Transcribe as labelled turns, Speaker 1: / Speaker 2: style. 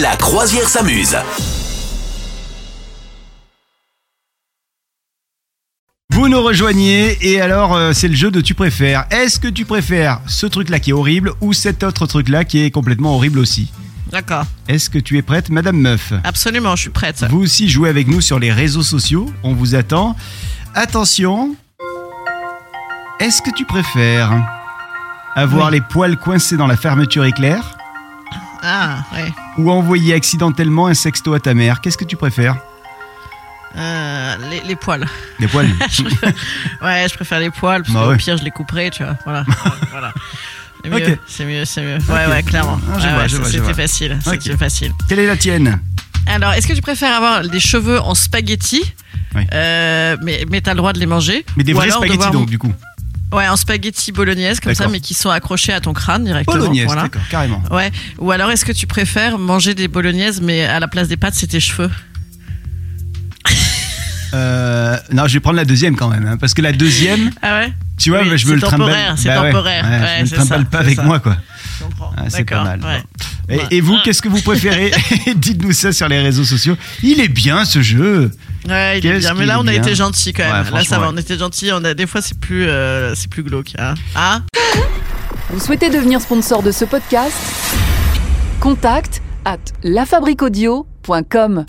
Speaker 1: La croisière s'amuse.
Speaker 2: Vous nous rejoignez et alors euh, c'est le jeu de tu préfères. Est-ce que tu préfères ce truc-là qui est horrible ou cet autre truc-là qui est complètement horrible aussi
Speaker 3: D'accord,
Speaker 2: Est-ce que tu es prête, Madame Meuf
Speaker 3: absolument, je suis prête.
Speaker 2: Vous aussi jouez avec nous sur les réseaux sociaux, on vous attend. Attention, est-ce que tu préfères avoir les poils coincés dans la fermeture éclair
Speaker 3: Ah, ouais.
Speaker 2: ou envoyer accidentellement un sexto à ta mère Qu'est-ce que tu préfères
Speaker 3: Euh, les, les poils.
Speaker 2: Les poils
Speaker 3: Ouais, je préfère les poils, parce
Speaker 2: Bah
Speaker 3: qu'au
Speaker 2: ouais.
Speaker 3: pire, je les couperai, tu vois. Voilà. voilà. C'est mieux,
Speaker 2: Ok.
Speaker 3: c'est mieux, c'est mieux. Ouais, ouais, clairement.
Speaker 2: Ah, je
Speaker 3: Ouais,
Speaker 2: vois,
Speaker 3: ouais,
Speaker 2: je
Speaker 3: ça,
Speaker 2: vois, je
Speaker 3: c'était
Speaker 2: vois.
Speaker 3: facile,
Speaker 2: Ok.
Speaker 3: c'était facile.
Speaker 2: Quelle est la tienne
Speaker 3: Alors, est-ce que tu préfères avoir des cheveux en spaghetti
Speaker 2: Oui.
Speaker 3: Euh, mais, mais t'as le droit de les manger.
Speaker 2: Mais des
Speaker 3: Ou
Speaker 2: vrais
Speaker 3: alors
Speaker 2: spaghettis
Speaker 3: devoir-
Speaker 2: donc du coup.
Speaker 3: Ouais, en spaghetti bolognaise, comme ça,
Speaker 2: D'accord.
Speaker 3: mais qui sont accrochés à ton crâne directement.
Speaker 2: Bolognaise,
Speaker 3: voilà.
Speaker 2: d'accord, carrément.
Speaker 3: Ouais. Ou alors, est-ce que tu préfères manger des bolognaises, mais à la place des pâtes, c'est tes cheveux
Speaker 2: Euh, non, je vais prendre la deuxième quand même, hein, parce que la deuxième,
Speaker 3: Ah ouais
Speaker 2: tu vois,
Speaker 3: Oui,
Speaker 2: bah, je me
Speaker 3: c'est
Speaker 2: le trimballe. Bah
Speaker 3: temporaire, c'est
Speaker 2: ouais,
Speaker 3: temporaire.
Speaker 2: ouais,
Speaker 3: Ouais,
Speaker 2: je
Speaker 3: c'est
Speaker 2: me le trimballe
Speaker 3: ça,
Speaker 2: pas
Speaker 3: c'est
Speaker 2: avec
Speaker 3: ça.
Speaker 2: moi, quoi.
Speaker 3: Je comprends.
Speaker 2: Ah, c'est pas
Speaker 3: D'accord,
Speaker 2: mal.
Speaker 3: ouais.
Speaker 2: Et,
Speaker 3: Ouais. Ah.
Speaker 2: et vous, qu'est-ce que vous préférez Dites-nous ça sur les réseaux sociaux. Il est bien ce jeu.
Speaker 3: Ouais, il est
Speaker 2: Qu'est-ce
Speaker 3: bien. Mais
Speaker 2: qu'il
Speaker 3: là,
Speaker 2: est
Speaker 3: on a
Speaker 2: bien.
Speaker 3: été gentil quand
Speaker 2: Ouais,
Speaker 3: même. là, ça
Speaker 2: franchement,
Speaker 3: va,
Speaker 2: ouais.
Speaker 3: on était gentil. On a des fois, c'est plus, euh, c'est plus glauque. Hein ah.
Speaker 4: Vous souhaitez devenir sponsor de ce podcast Contact à lafabriquaudio.com.